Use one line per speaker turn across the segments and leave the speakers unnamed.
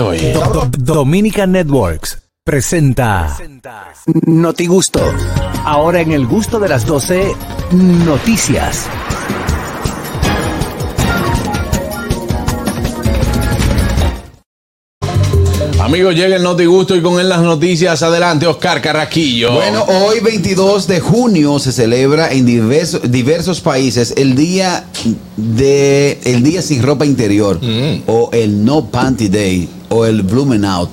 hoy.
Do- do- Dominica Networks presenta Notigusto. Ahora en el gusto de las 12, noticias.
Amigos, llega el Noti Gusto y con él las noticias. Adelante, Oscar Carraquillo.
Bueno, hoy 22 de junio se celebra en diverso- diversos países el día de el día sin ropa interior
Mm.
o el no panty day o el bloomin out.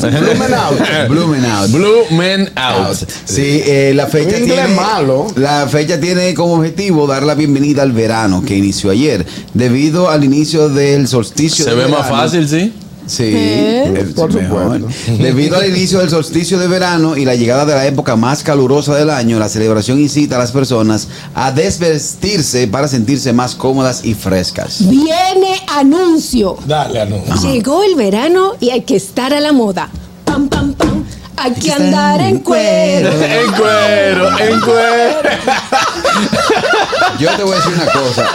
bloomin out, bloomin out.
Blue Men Out.
Sí, eh, la fecha
Un inglés
tiene
malo.
La fecha tiene como objetivo dar la bienvenida al verano que inició ayer debido al inicio del solsticio.
Se
de
ve más
verano.
fácil, ¿sí?
Sí,
¿Eh?
es
Por
mejor.
supuesto.
Debido al inicio del solsticio de verano y la llegada de la época más calurosa del año, la celebración incita a las personas a desvestirse para sentirse más cómodas y frescas.
Viene anuncio.
Dale, anuncio.
Llegó el verano y hay que estar a la moda. Pam, pam, pam. Hay que andar en cuero.
En cuero, en cuero.
Yo te voy a decir una cosa.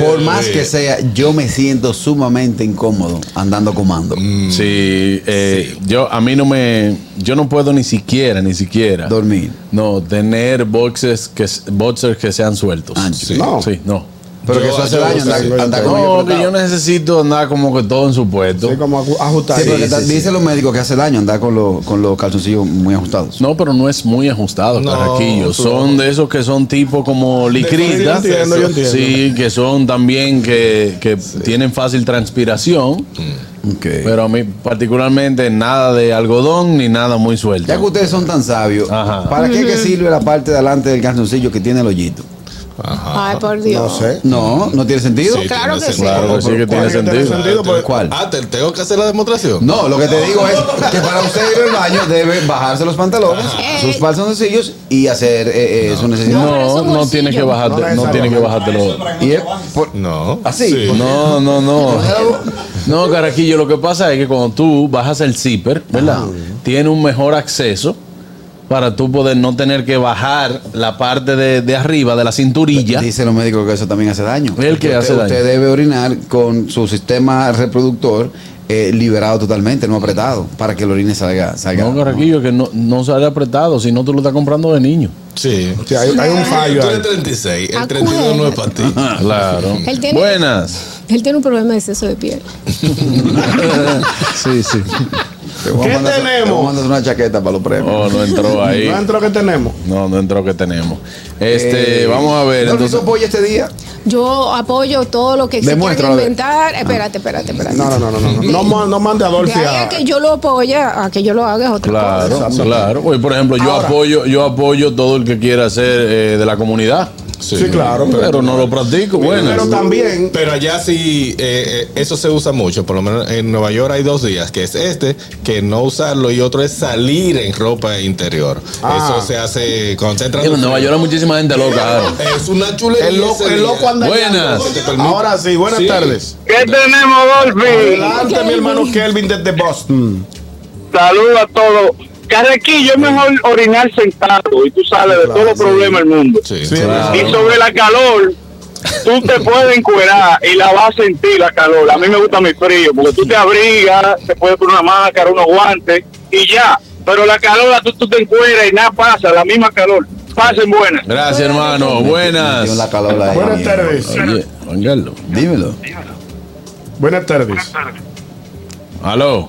Por más que sea, yo me siento sumamente incómodo andando comando.
Mm. Sí, eh, yo a mí no me, yo no puedo ni siquiera, ni siquiera
Dormir.
No, tener boxes que s- boxers que sean sueltos.
Ah,
sí.
no.
sí, no.
Pero que
Yo-
eso hace
yo
daño
sí,
andar,
lo
andar con
entiendo.
No,
ello
que yo
apretado.
necesito andar como que todo en su puesto.
Sí, como agu- ajustar.
Sí,
Sí,
porque
sí,
ta-
sí.
dicen los médicos que hace daño andar con, los- con los calzoncillos muy ajustados.
No, pero no es muy ajustado,
No,
Carraquillo.
tú-
Son de esos que son tipo como licritas.
Sí, yo entiendo, yo entiendo.
Sí, que son también que, que tienen fácil transpiración. Pero a mí particularmente nada de algodón ni nada muy suelto.
Ya que ustedes son tan sabios,
Ajá.
¿para qué que sirve la parte de delante del calzoncillo que tiene el hoyito?
Ah,
Ay, por Dios.
No sé.
No, no tiene sentido.
Sí,
Claro
tiene
que sí.
sentido.
Claro que sí que tiene
¿Cuál?
sentido.
Tiene sentido, pues.
¿Cuál?
Ah, te- tengo que hacer la demostración.
No, lo que te digo es que para usted ir al baño debe bajarse los pantalones,
Ajá.
sus calzoncillos y hacer eh, eh, su necesidad.
No, pero es
No,
un
no
bolsillo.
tiene que bajarte,
No
no,
necesariamente.
tiene que bajártelo.
Y es por-
No.
¿Ah,
Así.
Sí.
No, no, no. No, Carraquillo, lo que pasa es que cuando tú bajas el zipper, ¿verdad?
Ah.
Tiene un mejor acceso para tú poder no tener que bajar la parte de, de arriba de la cinturilla.
Dicen los médicos que eso también hace daño.
El que
usted,
hace daño.
Usted debe orinar con su sistema reproductor eh, liberado totalmente, no apretado, para que el orine salga. salga
No, Carraquillo, que no, no sale apretado, si no tú lo estás comprando de niño.
Sí.
Sí, hay, hay un
Tú
fallo ahí.
eres 36. El
Acuérdate.
32 no es para ti.
Claro.
Él tiene-
Buenas.
Él tiene un problema de exceso de piel.
sí, sí.
Te voy a
¿Qué
mandar-
tenemos?
te voy a mandar una chaqueta para los premios.
Oh, no entró ahí.
No entra lo que tenemos.
No, no entró que tenemos. Este,
Eh,
vamos a ver.
¿No
entonces-
hizo pollo este día?
Yo apoyo todo lo que se quiera
Demuéstralo, a ver.
inventar. Espérate, espérate, espérate.
Ah. No, no, no, no. No, no, ma- no mande a
De
Dolphy
ahí a
a.
que yo lo apoye, a que yo lo haga es otra cosa.
Claro, claro. Oye, por ejemplo, yo
Ahora.
apoyo, yo apoyo todo el que quiera ser eh, de la comunidad.
Sí, claro.
Pero no lo practico,
Pero
bueno.
también.
Pero allá sí, eh, eh, eso se usa mucho. Por lo menos en Nueva York hay dos días, que es este, que no usarlo, y otro es salir en ropa interior.
Ah.
Eso se hace concentrando.
En Nueva York hay muchísima gente loca. Aaron.
Es una chulería.
El loco,
ese
el
día.
loco anda.
Buenas.
Ahora sí, buenas
Sí.
tardes.
¿Qué tenemos, Dolphy?
Adelante, mi hermano Kelvin desde Boston.
Saludos a todos. Carrequillo es mejor orinar sentado y tú sales de todos los problemas del mundo.
Sí, Eh,
Sí,
Claro.
Y sobre la calor, tú te puedes encuerar y la vas a sentir la calor. A mí me gusta mi frío porque tú te abrigas, te puedes poner una máscara, unos guantes y ya. Pero la calor, tú, tú te encueras y nada pasa, la misma calor. Pasen buena.
Gracias, hermano. Buenas.
Metió la calola ahí.
Buenas tardes.
Oye, óngalo.
Dímelo.
Buenas tardes.
Aló.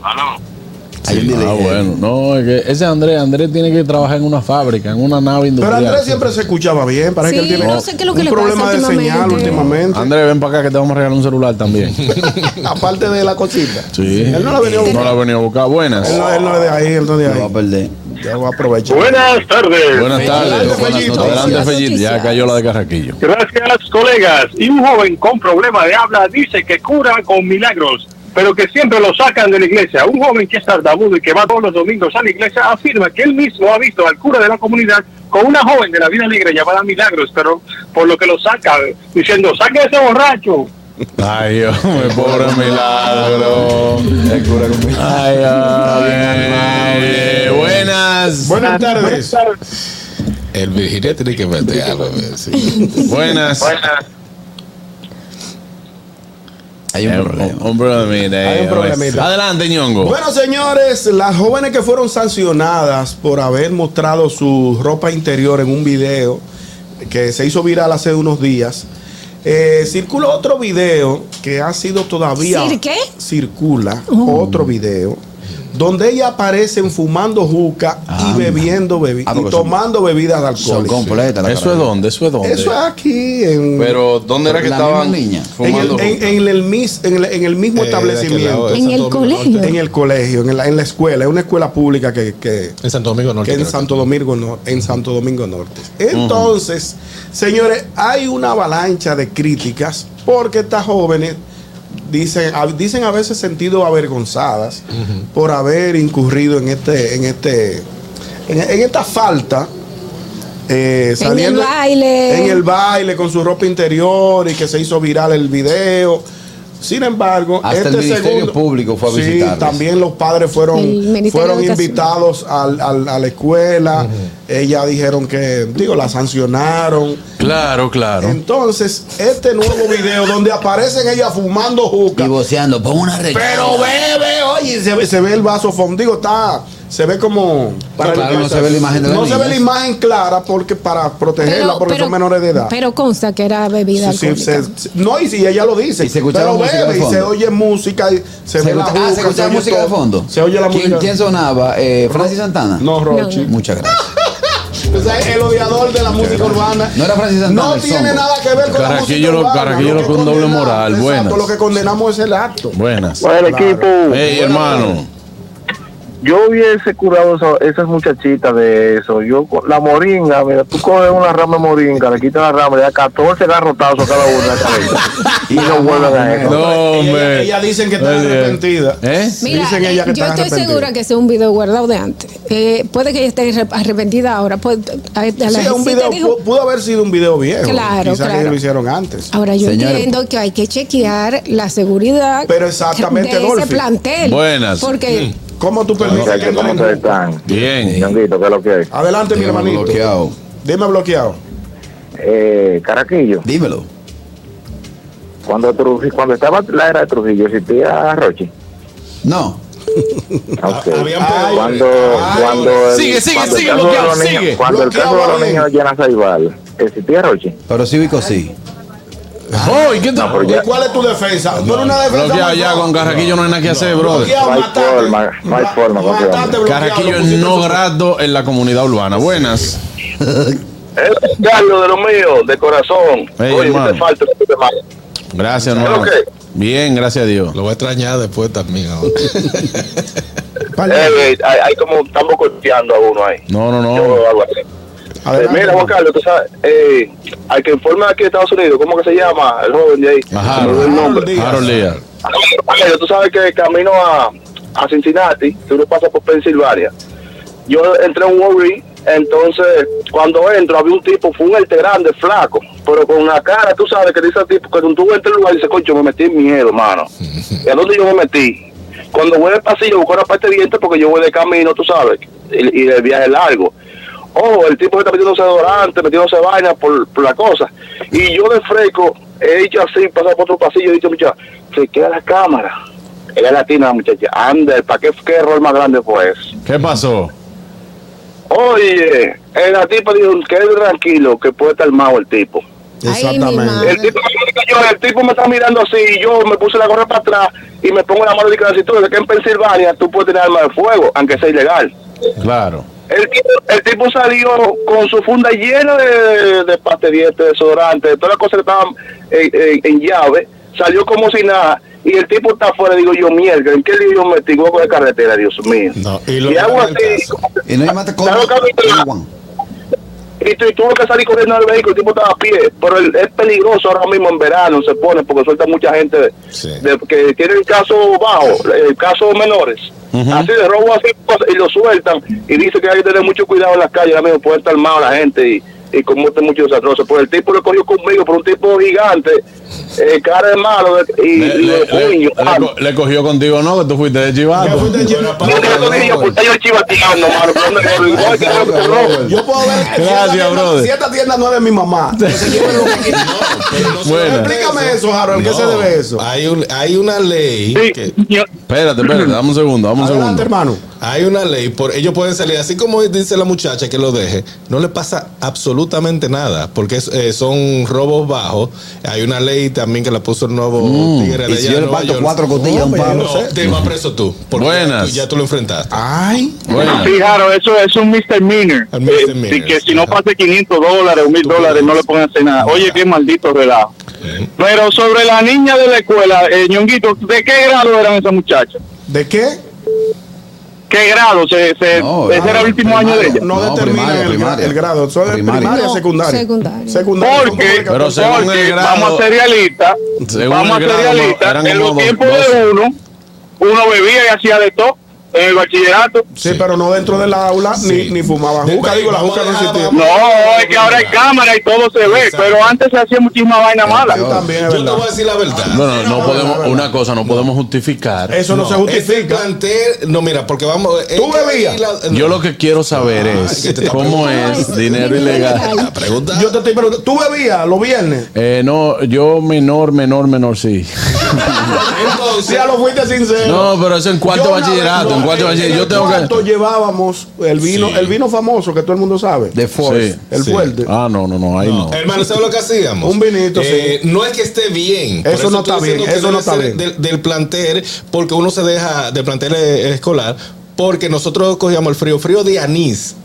Hay un delay. eh.
Ah, bueno. No, es que ese Andrés, Andrés tiene que trabajar en una fábrica, en una nave
Pero
industrial.
Andrés siempre se escuchaba bien. Parece
Sí,
que él tiene
no sé qué es lo que
un
le pasa
problema de señal
últimamente.
últimamente.
Andrés, ven para acá que te vamos a regalar un celular también.
Aparte de la cosita.
Sí.
Él no la venía a
No
buscar.
la ha venido a buscar. Buenas.
Él no, él no le de ahí, él no le
Lo
de
va a
ahí.
perder.
Ya voy a aprovechar.
Buenas tardes.
Buenas tardes.
Adelante,
Buenas
Fellito.
noches. Adelante,
Noticias,
Fellito. Ya
noticias.
cayó la de Carraquillo.
Gracias, colegas. Y un joven con problema de habla dice que cura con milagros, pero que siempre lo sacan de la iglesia. Un joven que es tartamudo y que va todos los domingos a la iglesia afirma que él mismo ha visto al cura de la comunidad con una joven de la vida alegre llamada Milagros, pero por lo que lo saca, diciendo, saque ese borracho.
Ay, Dios, me pobre milagro. Ay, ay, buenas.
Buenas tardes.
El Virginia tiene que meter algo. Sí.
Buenas.
Hay un problema.
Eh, Un problemita.
Hay un
eh,
problemita.
Adelante,
Oh.
ñongo.
Bueno, señores, las jóvenes que fueron sancionadas por haber mostrado su ropa interior en un video que se hizo viral hace unos días, eh, circula otro video que ha sido todavía...
¿Cir qué? Oh.
Circula otro video donde ella aparecen fumando juca
Ah,
y bebiendo bebi-
Ah,
y
porque son-
tomando bebidas de
Son
alcohol.
completas. la
¿Eso es
carrera.
dónde? ¿Eso es dónde?
Eso es aquí en...
Pero, ¿dónde era que
La
estaban
misma niña.
en el,
fumando?
en- en el mis- en el- en el mismo
Eh, de aquel
establecimiento.
lado, de
En el
Santo Domingo
colegio.
Norte.
En el colegio, en la, en la escuela, es una escuela pública que, que-
En Santo Domingo Norte.
que en
creo que.
Santo Domingo Nor- en Santo Domingo Norte. Entonces, señores, hay una avalancha de críticas porque estas jóvenes dicen a, dicen a veces sentido avergonzadas por haber incurrido en este en este en, en esta falta eh, saliendo-
el baile.
en el baile con su ropa interior y que se hizo viral el video. Sin embargo,
Hasta el
este
Ministerio
segundo-
Público fue a
Sí,
visitarles.
también los
El
padres fueron,
Ministerio
fueron
de Educación.
invitados al- al- a la escuela. Ella dijeron que, digo, la sancionaron.
Claro, claro.
Entonces, este nuevo video donde aparecen ellas fumando juca,
Y voceando, pon una regla.
pero bebe, oye, se ve, se ve el vaso fondo. Digo, está, se ve como.
claro, no se ve la imagen de la
No se
niña.
ve la imagen clara porque para protegerla, porque son menores de edad.
Pero consta que era bebida
Sí, sí,
alcohólica.
se- se- no, y si ella lo dice,
Y se escuchaba
pero
música de
bebe y se
fondo.
oye música, y se,
¿Se
ve
escucha,
la
ah,
juca,
¿se escucha la
oye
música de
todo.
fondo?
Se oye la
¿Quién,
música.
¿Quién sonaba? Eh, ¿Francis Santana?
No, Ah, Rochi.
No,
Muchas gracias.
O sea, el odiador de la música urbana.
No era Francis Santana,
No
el
tiene
songo.
nada que ver con la música
Carraquillo lo-
urbana.
Carraquillo lo
que
con doble
condenamos-
moral,
exacto,
buenas.
Lo que condenamos es el acto.
Buenas.
Bueno,
Claro.
equipo,
Hey, hermano.
yo hubiese curado esa- esas muchachitas de eso. Yo con- La moringa, mira, tú coges una rama de moringa, le quitas la rama, le das 14 garrotazos a cada una de la cabeza. Y no vuelven a eso.
No,
Ella-
hombre.
ella dicen que están
Oye.
arrepentidas.
¿Eh?
Mira,
Dicen
eh,
ella
yo
que están
estoy
arrepentidas.
segura que sea un video guardado de antes. Eh, puede que ella esté arrep- arrepentida ahora. Pues, a- a la
Sí, es un
gente
video,
dijo-
pu- pudo haber sido un video viejo.
Claro,
Quizás
claro. Ah.
que lo hicieron antes.
Ahora yo
Señores.
entiendo que hay que chequear la seguridad
Pero exactamente,
de ese
Dolphy.
plantel.
Buenas.
Porque
¿Cómo tú permites que
Muchachos, ¿cómo
entren?
ustedes están?
Bien.
Ñonguito, ¿qué es lo que es?
Adelante, mi
Dímelo,
hermanito.
bloqueado.
Dime bloqueado.
Eh, Caraquillo,
Dímelo.
cuando, Trujillo- cuando estaba la era de Trujillo, existía Rochi.
No.
Ah,
Ok.
Habían
Ay,
peores.
cuando,
Ay,
cuando el-
Sigue, sigue,
cuando el
sigue,
caso de
bloqueado,
los niños-
sigue.
Cuando el caso de
Bloqueado,
los niños llena Saibal, existía Rochi.
Pero cívico sí.
Hoy, ¿qué tal?
pero ya-
¿Y cuál es tu defensa? Tú eres una defensa
Bloqueado
más
ya,
fuerte.
con Carraquillo no hay nada que hacer, brother.
Bloqueado,
No hay
mataste.
forma, no hay
Ma-
forma,
mataste,
bloqueado.
bloqueado,
Carraquillo
lo
es
pusiste
no
en su-
grato en la comunidad urbana. Buenas.
Carlos de lo mío, de corazón.
Ey, Oye, hermano. te falta, Gracias, hermano.
Ok.
Bien, gracias a Dios.
Lo voy a extrañar después también. ahora.
hay, como, estamos costeando a uno ahí.
No, no, no.
Yo ah, hago así. Eh,
Adelante,
mira, Juan Carlos, tú sabes, eh, al que informa aquí de Estados Unidos, ¿cómo que se llama el joven de ahí?
Ajá,
Se me olvidó el
Harold
nombre.
Díaz.
Harold Díaz.
Juan Carlos, tú sabes que de camino a, a Cincinnati, tú uno pasa por Pensilvania, yo entré a un Walgreens, entonces cuando entro había un tipo, fue un ente grande, flaco, pero con una cara, tú sabes que dice el tipo, que tú entras al lugar y dices, coño, me metí en miedo, hermano. ¿Y a dónde yo me metí? Cuando voy de pasillo, busco una parte de dientes porque yo voy de camino, tú sabes, y, y el viaje es largo. Oh, el tipo que está metiéndose desodorante, metiéndose vaina por, por la cosa. Y yo de fresco he dicho así, pasado por otro pasillo, he dicho, muchacha, se queda la cámara. Era latina la muchacha. Ander, ¿para qué, qué error más grande fue eso?
¿Qué pasó?
Oye, eh, la tipa dijo, quédate tranquilo, que puede estar malo el tipo.
Ay,
Mm.
mi madre.
El tipo, yo, el tipo me está mirando así, y yo me puse la gorra para atrás y me pongo la mano de si tú desde que en Pensilvania tú puedes tener arma de fuego, aunque sea ilegal.
Claro.
El tipo, el tipo salió con su funda llena de, de pasta de dientes, de desodorante, de todas las cosas que estaban en, en- en llave, salió como si nada. Y el tipo está afuera, digo yo, mierda, ¿en qué lío me metí? Voy a coger carretera, Dios mío.
No, y lo
hago
grave del
así,
caso.
como que-
Y no hay más
Claro, Carlos,
Juan.
y tu- y tuvo que salir corriendo al vehículo, el tipo estaba a pie, pero el- es peligroso ahora mismo en verano, se pone, porque suelta mucha gente de-
Sí.
de- que tiene el caso bajo, el caso eh, menores, así pues, de robo así, cosas, y lo sueltan, y dice que hay que tener mucho cuidado en las calles, ahora mismo puede estar mal la gente, y,
y con muchos muchos atroces. Pues el tipo lo cogió conmigo por un tipo gigante, eh, cara de malo y, y
Le, le-
de
le-
puño.
le co- le cogió contigo, ¿no? Que tú fuiste de
Ya
chivato.
fuiste a Chivas.
Yo te lo digo, pues, está yo chivateando, mano, pero no me- no es que no, que no.
Yo puedo ver que
Gracias,
si esta tienda-
brother.
si esta tienda no es de mi mamá. entonces yo veo lo que quiero.
Buena.
Explícame eso, Harold. ¿Qué se debe eso?
Hay, un- hay una ley que-
Sí, yo-
Espérate, espérate, dame un segundo, dame un segundo.
Adelante, hermano.
Hay una ley, por ellos pueden salir, así como dice la muchacha que lo deje, no le pasa absolutamente nada, porque es- eh, son robos bajos. Hay una ley también que la puso el nuevo tigre de
Y
allá
si
de
yo le
Nueva
parto
York.
cuatro costillas a un
No, Ah, pero
palo.
No, te vas preso tú, porque
Buenas.
ya tú- ya tú lo enfrentaste.
Ay.
Buena.
Sí, Jaro, eso es un misdemeanor.
Un misdemeanor,
Eh, que si
ajá.
no pase 500 dólares o 1000 dólares no le pueden hacer nada. Oye, qué maldito relajo. Pero sobre la niña de la escuela, eh, Ñonguito, ¿de qué grado eran esas muchachas?
¿De qué?
¿Qué grado? Se, se,
No,
ese era el último año de ella.
No,
No,
determina
primaria,
el,
primaria.
el grado. Solo es
Primaria.
primaria,
No,
secundaria.
secundaria.
Porque,
Son como
Pero
de
según
porque
el grado-
vamos a ser realistas,
Según
vamos a
el
ser
grado,
realistas,
eran
en los
como
tiempos
doce.
de uno, uno bebía y hacía de todo en el bachillerato.
Sí, pero no dentro del aula ni,
Sí.
ni fumaba
Del
juca. Digo, la
país,
juca no
vamos a
existía.
dejar,
No, es que ahora hay cámara y todo se ve,
Exacto.
pero antes se hacía muchísima vaina mala.
Yo también, es
Yo te
verdad.
voy a decir la verdad.
No, no, no podemos, una cosa, no podemos justificar.
Eso no, se
Este
justifica.
plantel, no, mira, porque vamos. es
¿Tú
que
bebías?
ahí la-
Yo lo que quiero saber
Ay,
es
que te está
cómo es dinero ilegal.
La pregunta.
Yo te estoy preguntando, ¿tú bebías los viernes?
Eh, no, yo menor, menor, menor, sí.
Entonces, ya lo fuiste sincero.
No, pero eso en cuarto
Yo una vez-
bachillerato,
no, eh,
en cuarto bachillerato. Yo
el
tengo
cuarto
que.
llevábamos el vino, el vino famoso que todo el mundo sabe.
De Force.
Sí.
el
sí.
fuerte.
Ah, no, no, no, ahí no.
Hermano, ¿sabes lo que hacíamos?
Eh, Un vinito,
sí. No es que esté bien. Por
Eso no
estoy
está bien,
diciendo que
eso no
debe
está
ser
bien.
Del, del plantel, porque uno se deja del plantel eh, escolar, porque nosotros cogíamos el frío, frío de anís.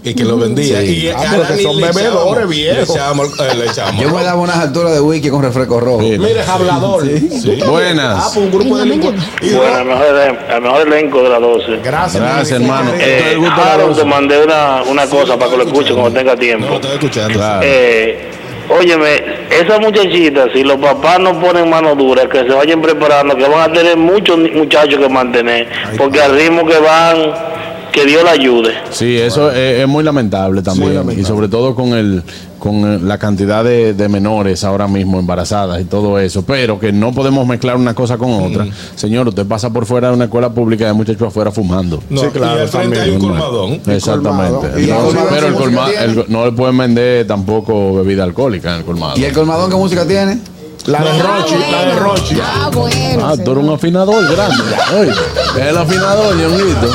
Y que lo vendía.
Sí.
Y
Ah, pero que son bebedores,
bien.
viejo.
Le echábamos. eh, le echábamos.
Yo me daba unas alturas de wiki con refresco rojo.
Sí.
Mire, hablador.
Sí.
Ah,
Buenas.
pues un grupo de
Ay, no me
lengua. Y-
Bueno, el mejor, el mejor elenco de la 12.
Gracias,
Gracias, hermano.
Eh,
Todo
Eh,
el gusto de la
Harold,
doce.
te mandé una, una cosa para que lo escuchen
escuchando.
cuando tenga tiempo.
No, lo estaba escuchando.
Claro.
Eh, óyeme, esas muchachitas, si los papás no ponen mano dura, que se vayan preparando, que van a tener muchos ni- muchachos que mantener, porque al ritmo que van, que Dios la ayude.
Sí, eso es, es muy lamentable también. Y sobre todo con el con eh, la cantidad de, de menores ahora mismo embarazadas y todo eso. Pero que no podemos mezclar una cosa con otra. Señor, usted pasa por fuera de una escuela pública y hay muchachos afuera fumando.
No,
Sí,
y
claro,
al frente
también.
hay un colmadón.
Exactamente.
colmado. Y
Entonces,
el colmado,
pero el
¿qué
colma-
música
el-
tiene?
no le pueden vender tampoco bebida alcohólica en el colmado.
¿Y el colmadón qué música tiene?
La de Rochi, la de Rochi.
Ah, bueno.
Ah, tú eres un afinador grande. Oye, el afinador, Dionguito.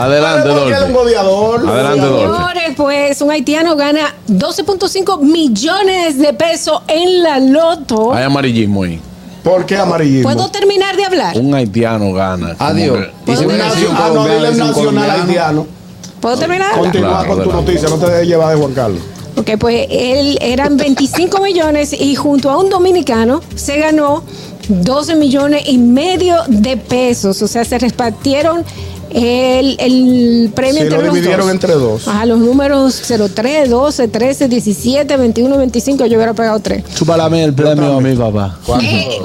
Adelante,
Porque era
Dolce.
un bodeador.
Adelante, Dolce.
Señores, pues un haitiano gana 12.5 millones de pesos en la loto.
Hay amarillismo ahí.
¿Por qué amarillismo?
¿Puedo terminar de hablar?
Un haitiano gana. como
Adiós.
que-
Y si
¿Puedo
una
decir?
nación
Ah, no,
colombiana
dile
dice un
nacional
colombiano,
haitiano.
¿Puedo terminar?
Continúa
Claro,
con tu
adelante.
noticia, no te dejes llevar de Juan Carlos.
Ok, pues él eran 25 millones y junto a un dominicano se ganó 12 millones y medio de pesos. O sea, se repartieron el, el premio
Sí,
entre
lo
los
dividieron
dos.
entre dos.
Ajá, los números 03, 12, 13, 17, 21, 25. Yo hubiera pegado 3.
Chúpalame el premio a mi papá.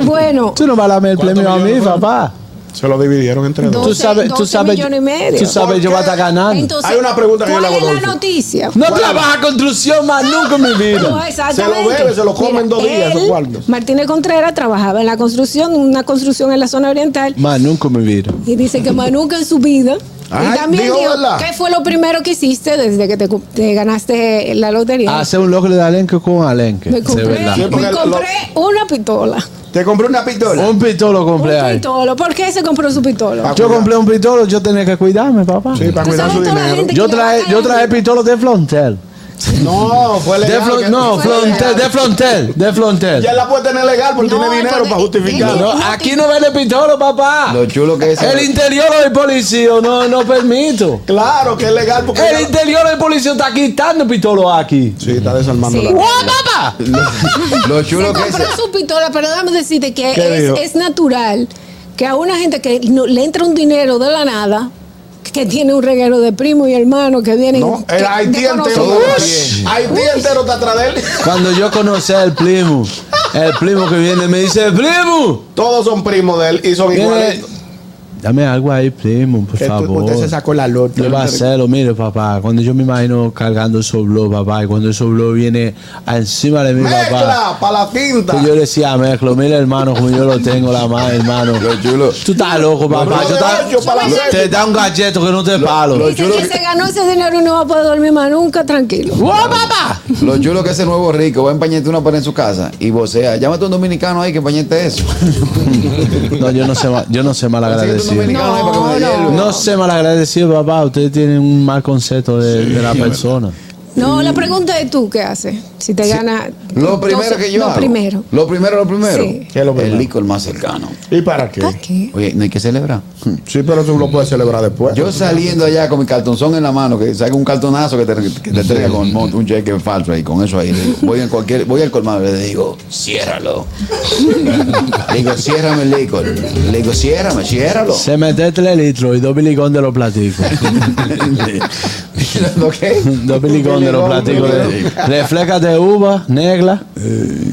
bueno,
Tú no palame el premio a mí, papá.
Se lo dividieron entre dos.
12, millones y medio.
yo voy a estar
ganando.
Entonces,
Hay una pregunta que yo
¿cuál
le hago,
es la
Dolphy.
noticia?
no trabaja construcción más nunca en mi
No,
vida.
exactamente.
Se lo bebe, se lo come en dos días,
él,
esos cuartos.
Martínez Contreras trabajaba en la construcción, una construcción en la zona oriental,
Más nunca en mi vida.
y dice que más nunca en su vida.
Ay,
y también
digo,
dijo,
¿verdad?
¿qué fue lo primero que hiciste desde que te, cu- te ganaste la lotería?
Hace un logro de alenque con alenque.
me compré,
De verdad.
Ah, Sí, porque
me
lo-
compré una pistola.
Te compré una pistola.
Un pitolo compré
Un
ahí.
pitolo. ¿Por qué se compró su pitolo?
Ah,
Oh, Yo compré un pitolo, yo tenía que cuidarme, papá.
Sí, para
Tú
cuidar
sabes
su
toda la
dinero.
gente-
Yo traje, yo traje pitolos de Frontel.
No, fue
De
legal.
Flo-
que-
no,
fue
Frontel,
legal.
de Frontel, de Frontel.
Ya la puede tener legal porque
No,
tiene dinero
entonces,
para justificar.
No, aquí no vende pitolo, papá.
Lo chulo que es.
El interior del policía no, no permito.
Claro que es legal porque.
El interior del policía está quitando pitolo aquí.
Sí, está desarmando
Sí.
la.
¡Oh, papá!
Lo chulo
Se
que es.
compró su pistola, pero déjame decirte que
¿Qué dijo?
es, es natural que a una gente que no- le entra un dinero de la nada, que tiene un reguero de primo y hermano que vienen.
No, el
que-
Haití entero.
desconocidos.
también. Haití entero está atrás de él.
Cuando yo conocí al primo, el primo que viene me dice, primo,
Todos son primos de él y son
viene,
iguales.
Dame algo ahí, primo, por
Que tú-
favor.
usted se sacó la loto.
Yo va a hacerlo, mire, papá. Cuando yo me imagino cargando el soblo, papá, y cuando el soblo viene encima de mi papá.
Mezcla para la tinta.
que yo le decía, mezclo, mira, hermano, como yo lo tengo la mano, hermano.
Lo chulo.
Tú estás loco, papá.
lo
Tú
de
estás-
ocho para la
te da un galleto que no te palo.
Dice que se ganó ese dinero y no va a poder dormir más nunca tranquilo.
¡Wow, papá!
Lo chulo que ese nuevo rico va a empañarte una pared en su casa y vocea. Llámate a un dominicano ahí que empañete eso.
No, yo no sé, ma- yo no sé mal
Consíguete un
agradecido.
dominicano ahí para que me
No,
dé
no.
hielo.
No sé mal agradecido, papá. Ustedes tienen un mal concepto de, de la persona.
No, la pregunta es tú qué haces. Si te gana.
Lo primero que yo
Lo
hago.
primero.
Lo primero, lo primero.
Sí.
¿Qué es lo primero?
El licor más cercano.
¿Y para qué?
¿Para qué?
Oye, no hay que celebrar.
Sí, pero tú lo puedes celebrar después.
Yo saliendo allá con mi cartonzón en la mano, que saca un cartonazo que te, que te entrega con mon- un cheque falso ahí, con eso ahí. le digo, Voy, en cualquier, voy al colmado y le digo, ciérralo. le digo, ciérrame el licor. Le digo, ciérrame, ciérralo.
Se mete tres litros y dos bilicones de los platicos.
¿Lo qué?
dos bilicones de los platicos. de- Refleca de uva negra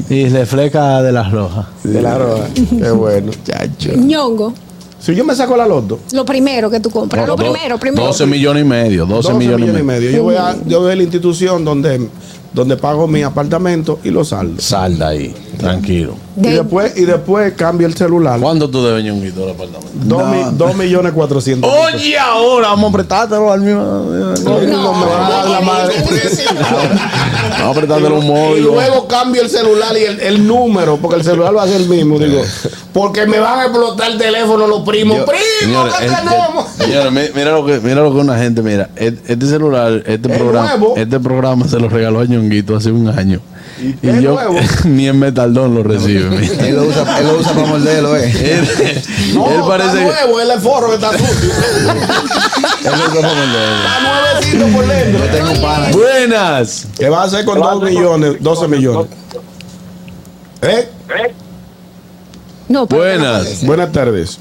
y refleca de las rojas.
Claro, qué bueno.
Chacho.
Ñongo.
Si yo me saco la loto,
Lo primero que tú compras. Lo
Do-
primero, primero.
12 millones y medio. 12,
12
millones, y medio.
Yo voy a, yo voy a la institución donde, donde pago mi apartamento y lo saldo.
Salda ahí, tranquilo.
Y
De-
después, y después cambio el celular.
¿Cuándo tú debes ñonguito al apartamento?
2 millones 400.
Oye, ahora vamos a prestártelo al mismo.
No, me van a dar la madre.
Vamos a prestártelo un
Y
móvil.
luego cambio el celular y el, el número, porque el celular va a ser el mismo,
Eh.
digo. Porque me van a explotar el teléfono los primos.
Yo-
¡Primo,
señores,
qué
este-
tenemos!
señores, mi- mira lo que mira lo que una gente mira. Et- Este celular, este
Es
programa,
nuevo.
este programa se lo regaló a Ñonguito hace un año. Y,
es
yo
nuevo.
ni en Metaldón lo recibe. mira.
Él lo usa, él lo usa para morderlo, eh.
él,
No,
él
está
parece
nuevo, es el forro que está sucio.
Él lo usa para morderlo.
Está nuevecito por dentro.
Buenas.
¿Qué va a hacer con 2 millones, 12 millones? ¿Eh?
no, pero-
Buenas.
Buenas tardes.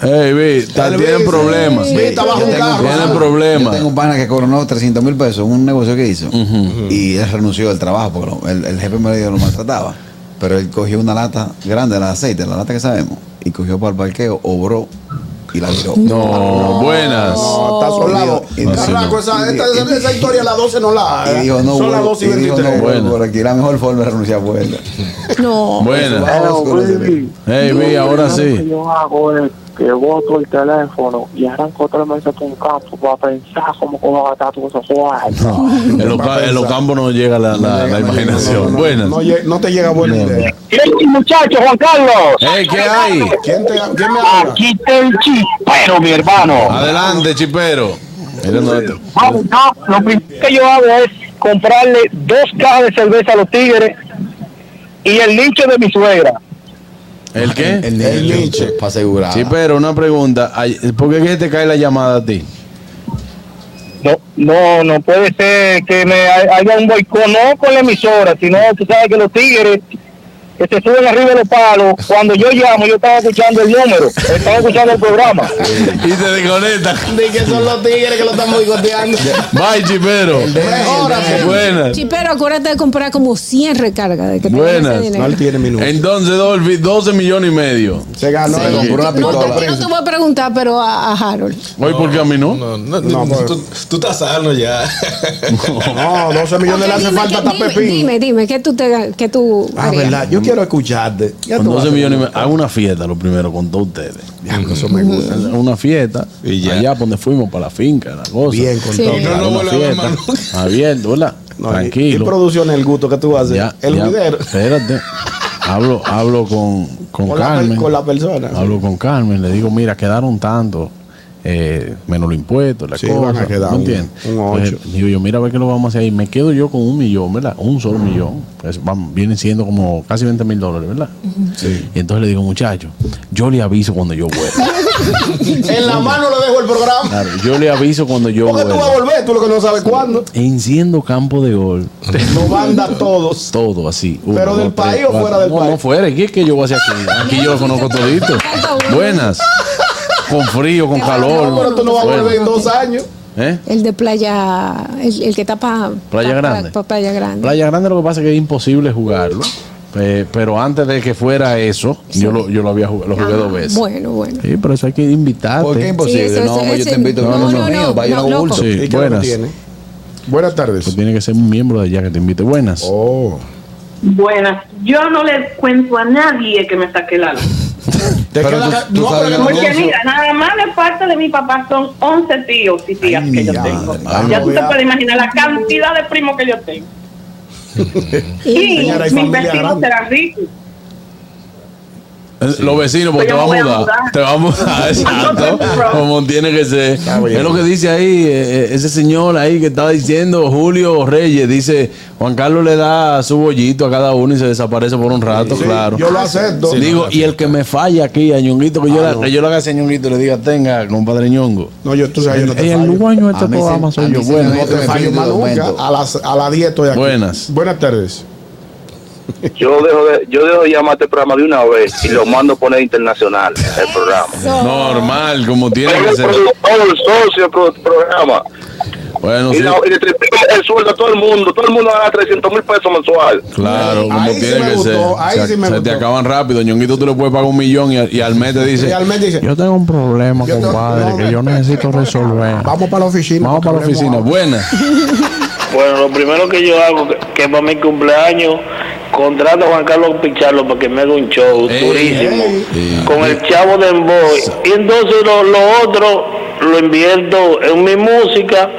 Hey, vi, ta-
Elvis.
tienen problemas.
Sí,
está bajo
Yo
un
tengo
carro.
pana-
Tienen
Yo
problemas.
tengo un pana que coronó 300 mil pesos en un negocio que hizo y él renunció del trabajo porque lo- el, el jefe medio lo maltrataba. Pero él cogió una lata grande de aceite, la lata que sabemos, y cogió para el parqueo, obró y la tiró.
No, buenas.
No, está solado.
Y- y-
Carraco, esa,
y-
esta- esa, esa historia a las 12 no la
Y dijo, no,
Son las
vuelvo,
12 y
y dijo, no
23.
vuelvo
Bueno.
por aquí. La mejor forma de renunciar fue él.
No.
Buenas.
Vamos con ese tema.
Hey, vi, ahora sí.
Yo hago es que boto el teléfono y arranco tres meses por un campo para pensar cómo va a gastar todo eso.
En los, ca- en los campos no llega la, la- la imaginación. Buenas.
No, lle- no te llega buena
Bueno.
idea.
muchacho Juan Carlos?
Hey, ¿qué hay?
¿Quién, te, ¿Quién me habla?
Aquí está el chispero, mi hermano.
Adelante, chipero. Mira, no, esto-
Vamos, no, lo primero que yo hago es comprarle dos cajas de cerveza a los tigres y el nicho de mi suegra.
¿El qué?
El
El Nietzsche.
Nietzsche. Para asegurar.
Chipero, una pregunta. Ay, ¿Por qué es que te cae la llamada a ti?
No, no, no puede ser que me ha- haya un boicot, no con la emisora, sino tú sabes que los tigres que se suben arriba de los palos, cuando yo llamo, yo estaba escuchando el número, estaba escuchando el programa.
Y te desconecta.
Di que son los tigres que lo están boicoteando.
Bye, Chipero.
Mejórate.
Buenas.
Chipero, acuérdate de comprar como 100 recargas de que tengas ese
Buenas.
dinero.
No, él tiene minutos.
Entonces, Dolby, 12 millones y medio.
Se ganó.
Se compró una
No,
pistola.
yo no te voy a preguntar, pero a, a Harold.
Hoy, ¿por qué a mí no?
No,
No,
no, no,
pues.
tú, tú estás sano ya.
No, 12 millones le
Ok,
hace
dime,
falta
que-
hasta
dime,
Pepín.
Dime, dime, ¿qué tú te qué tú
Ah,
harías?
verdad. Yo quiero escucharte. Ya
Con
tú vas a
12
hacer-
millones y medio. Hago una fiesta lo primero con todos ustedes.
Diablo, eso me gusta.
Una fiesta.
Y ya.
Allá donde fuimos, para la finca, la cosa.
Bien, con
Sí.
todo.
Y no
Hago
lo
una
vuelve a ver
fiesta.
más nunca.
Abierto, ¿verdad?
No, y- Y,
Tranquilo.
producción el gusto que tú haces.
Ya,
el
ya.
video.
Espérate. Hablo, hablo con, con,
Con la,
Carmen.
per- con la persona.
Hablo con Carmen, le digo, mira, quedaron tanto, eh, menos los impuestos, la
Sí,
cosa.
van a quedar
¿me
un-
entiendes?
un
Entonces,
ocho.
digo yo, mira, a ver qué lo vamos a hacer ahí. Me quedo yo con un millón, ¿verdad? Un solo millón. Pues, vamos, vienen siendo como casi 20 mil dólares, ¿verdad? Sí. Y entonces le digo, muchacho, yo le aviso cuando yo vuelva.
En la mano le dejo el programa.
Claro, yo le aviso cuando yo
Porque tú vas a
vuelva.
volver, tú lo que no sabes cuándo.
Enciendo campo de gol.
Nos manda a todos.
Todo así.
¿Pero del país o fuera del
no,
país?
No, fuera. ¿Qué es que yo voy a hacer aquí? Aquí yo lo conozco todito. Buenas. Con frío, con
No, pero
calor.
tú no vas a
Bueno.
volver en dos años.
¿Eh?
El de playa, el, el que está para
Playa Grande.
playa grande.
Playa Grande lo que pasa es que es imposible jugarlo. Eh, pero antes de que fuera eso, yo, lo, yo lo había jugado, lo jugué
Ah,
dos veces.
Bueno, bueno.
Sí, pero eso hay que invitarte.
¿Por qué imposible?
Sí, eso-
no,
eso-
pues yo
eso-
te invito a
no,
uno
no,
mío,
no,
vaya
no,
no
loco.
bulto.
Sí,
¿Y qué hora
buenas.
tiene? Buenas tardes.
Pues tiene que ser un miembro de allá que te invite. Buenas.
Oh.
Buenas, yo no le cuento a nadie que me saque la luz.
Te
Pero
queda
tú-
ca-
tú
no,
sabes que
pero no-
no-
Porque
Alonso.
mira, nada más de parte de mi papá son 11 tíos y tías
Ay,
que yo
mi
tengo.
madre.
ya tú te
Ay,
puedes imaginar la cantidad de primos que yo tengo. Y
Señora, hay
mis
familia
vecinos
grande.
serán ricos.
Eh, Los vecinos, porque te
Pero Pues yo
va
me voy
a
a
mudar.
mudar.
Te va a mudar, exacto. Como tiene que ser.
Ah, voy a
Es lo
mudar.
que dice ahí, eh, eh, ese señor ahí que estaba diciendo, Julio Reyes, dice, Juan Carlos le da su bollito a cada uno y se desaparece por un rato,
Sí,
claro.
Yo lo acepto.
Sí,
Digo, y el que me falla aquí, a Ñonguito, que yo, la- que yo le haga ese Ñonguito y le diga, tenga, compadre Ñongo.
No, yo tú sabes, yo no te
el
fallo.
dueño de este
A mí se-
programa
a
soy
mí
yo.
se
Bueno,
me-
No te fallo más nunca.
Momento.
A las, a las 10 estoy aquí.
Buenas.
Buenas tardes.
Yo dejo de, yo dejo de llamar este programa de una vez y lo mando a poner internacional el programa.
normal, como tiene
Pero
que
el
ser.
productor, el socio del programa.
Bueno,
Y,
sí,
la- y le triplico el sueldo a todo el mundo. Todo el mundo gana 300 mil pesos mensual.
Claro, como
Ahí sí
tiene
me
que
gustó,
ser.
ahí
se
sí me
se te
gustó.
acaban rápido. Ñonguito, tú le puedes pagar un millón y, al- y al mes te dice.
Realmente dice,
Yo tengo un problema,
Yo no-
compadre,
no,
que yo necesito resolver. Vamos,
vamos para la oficina.
para la
porque
oficina.
hablemos
Buena.
Bueno, lo primero que yo hago, que, que para mi cumpleaños, contrato a Juan Carlos Picharlo para que me haga un show
Ey,
durísimo
ey.
con el chavo de Boy. Y entonces lo, lo otro lo invierto en mi música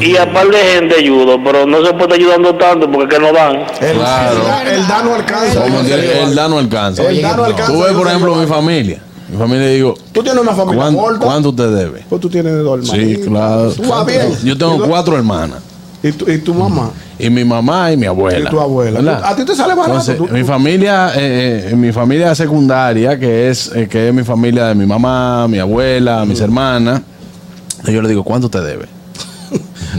y a par de gente ayudo, pero no se puede estar ayudando tanto porque es que no dan.
El,
Claro.
el, el dano alcanza.
Como tiene- el dano alcanza.
El dano alcanza,
Tú ves,
yo
por
sé
ejemplo,
que-
mi familia. Mi familia, digo,
Tú tienes una familia
¿cuán-
gorda.
¿cuánto te debe?
Pues tú tienes dos hermanos.
Sí, claro.
Tú vas bien.
Yo
Y
tengo
tú-
cuatro hermanas.
Y tu, y tu mamá.
y mi mamá y mi abuela.
Y tu abuela.
¿Verdad?
A ti te sale barato,
Entonces,
tú-
mi
tú-
familia, eh, eh, mi familia secundaria, que es, eh, que es mi familia de mi mamá, mi abuela,
Mm.
mis hermanas. Y yo le digo, ¿cuánto te debe?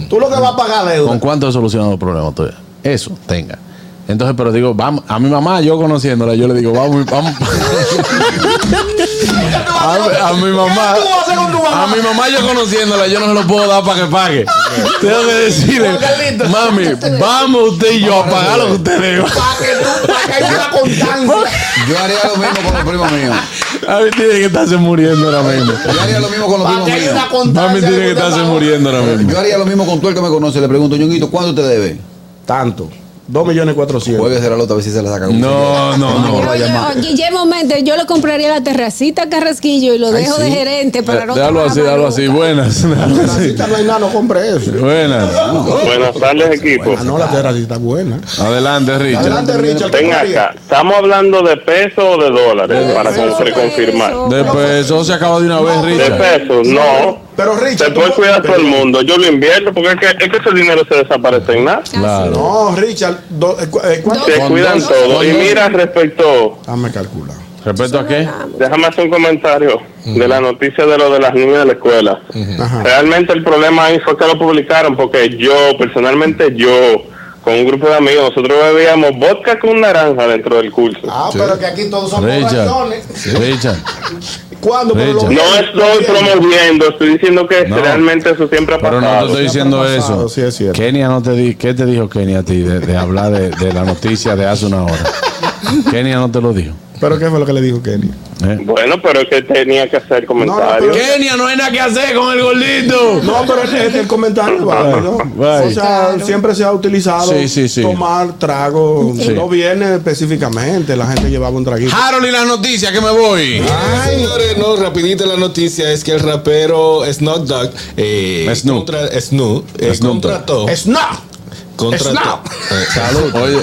Tú lo que vas a pagar
¿Con
deuda.
cuánto he solucionado el problema tuyo? Eso, tenga. Entonces, pero digo, vamos, a mi mamá, yo conociéndola, yo le digo, vamos, vamos. a, a mi mamá.
¿Qué tú vas a hacer con tu mamá?
A mi mamá, yo conociéndola, yo no se lo puedo dar para que pague. Tengo que decirle, mami, vamos usted y yo a pagar lo que usted deba.
Para que tú, para que haya una constancia.
Yo haría lo mismo con los primos míos.
A mí tiene que estarse muriendo ahora mismo.
Yo haría lo mismo con los
Para
primos
que haya
míos.
una constancia.
Mami tiene
de
que
usted
estarse
pagó.
muriendo ahora mismo.
Yo haría lo mismo con todo el que me conoce. Le pregunto, Ñonguito, ¿cuánto te debe?
Tanto. Dos millones cuatrocientos.
Vuelve a hacer la lota a ver si se la saca.
No, no, no.
Oye, oye, Guillermo Méndez, yo le compraría la terracita a Carrasquillo y lo dejo de gerente para no
Déjalo
trabajar
así,
más
déjalo
nunca.
así. Buenas.
Racista no hay nada, no compre eso.
Buenas.
Buenas tardes, equipo.
Ah, no, la terracita es buena.
Adelante, Richard.
Adelante, Richard.
Ven acá, estamos hablando de pesos o de dólares para
Eso,
con- confirmar.
eso.
De peso se acaba de una vez,
De
Richard.
pesos, no.
Pero,
Se
Richard.
puede
tú-
cuidar todo el mundo. Yo lo invierto porque es que, es que ese dinero se desaparece en nada.
Claro.
No, Richard. do- eh, cu- eh, ¿Cuánto?
Dos.
Se
Con
cuidan
dos,
todo.
con
Y
dos.
mira, respecto,
Dame calcular.
¿Respecto a qué?
déjame hacer un comentario de la noticia de lo de las niñas de la escuela.
Ajá.
Realmente el problema ahí fue que lo publicaron porque yo, personalmente yo, con un grupo de amigos, nosotros bebíamos vodka con naranja dentro del curso.
Ah, pero que aquí todos somos
Richard.
razones.
Richard.
¿Cuándo? Pero lo-
Richard.
No estoy promoviendo, estoy diciendo que
No.
realmente eso siempre ha
Pero no te
pasado.
estoy diciendo
Siempre ha pasado,
eso.
sí, es cierto.
Kenia no te di, ¿qué te dijo Kenia a ti de, de hablar de, de la noticia de hace una hora? Kenia no te lo dijo.
¿Pero qué fue lo que le dijo Kenny?
¿eh?
Bueno, pero es que tenía que hacer comentarios.
pero-
Kenia, no hay nada que hacer con el gordito.
No, pero el, el- el comentario
Ah,
es válido.
Right.
O sea, siempre se ha utilizado
Sí, sí, sí.
tomar trago.
Sí.
No viene específicamente, la gente llevaba un traguito.
Harold y las noticias, que me voy.
Ah,
Ay, señores, no, rapidito la noticia es que el rapero Snoop Dogg eh,
Snoop.
contra- Snoop, eh,
Snoop Dogg.
contrató
¡Es no!
contrató-
Snoop.
Eh, salud.
Oye.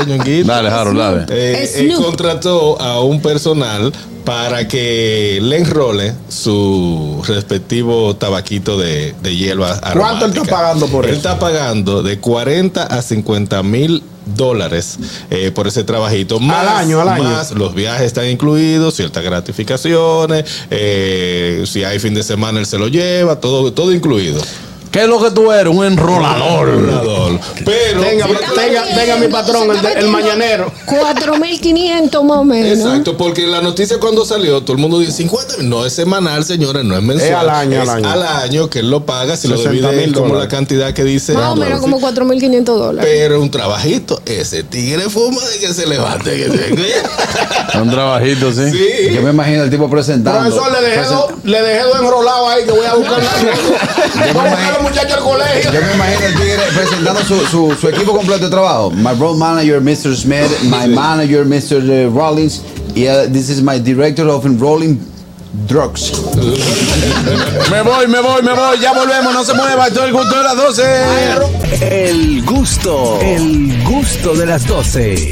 Oye, Ñonguito.
Dale, Harold, dale.
Eh, él
Snoop.
contrató a un personal para que le enrole su respectivo tabaquito de, de hierba.
¿Cuánto él está
aromática.
pagando por
Él
eso?
está pagando de 40 a 50 mil dólares eh, por ese trabajito. Más,
año, al año.
Más los viajes están incluidos, ciertas gratificaciones. eh, si hay fin de semana, él se lo lleva, todo, todo incluido.
¿Qué es lo que tú eres? Un enrolador.
Enrolador. Pero.
Venga, venga, venga mi patrón, el, de- el mañanero.
4.500 más o menos.
Exacto, porque la noticia cuando salió, todo el mundo dice 50 mil. No es semanal, señores, no es mensual.
Es al año,
es
al año.
año que él lo paga, si lo
60
divide
mil
como la
dólares.
cantidad que dice.
Más o menos como 4.500 dólares.
Pero un trabajito. Ese tigre fuma de que se levante. Que se...
Un trabajito, sí.
sí.
Yo me imagino al tipo presentando.
Profesor, le dejé,
Presenta-
dos, le dejé dos enrolados ahí que voy a buscar. voy a buscar a los muchachos al colegio.
Yo me imagino el tigre presentando su, su, su equipo completo de trabajo. My road manager, Mr. Smith. My manager, Mr. Rollins. Y eh, this is my director of enrolling drugs.
Me voy, me voy, me voy. Ya volvemos. No se mueva. Esto es el gusto de las 12.
El gusto. El gusto de las 12.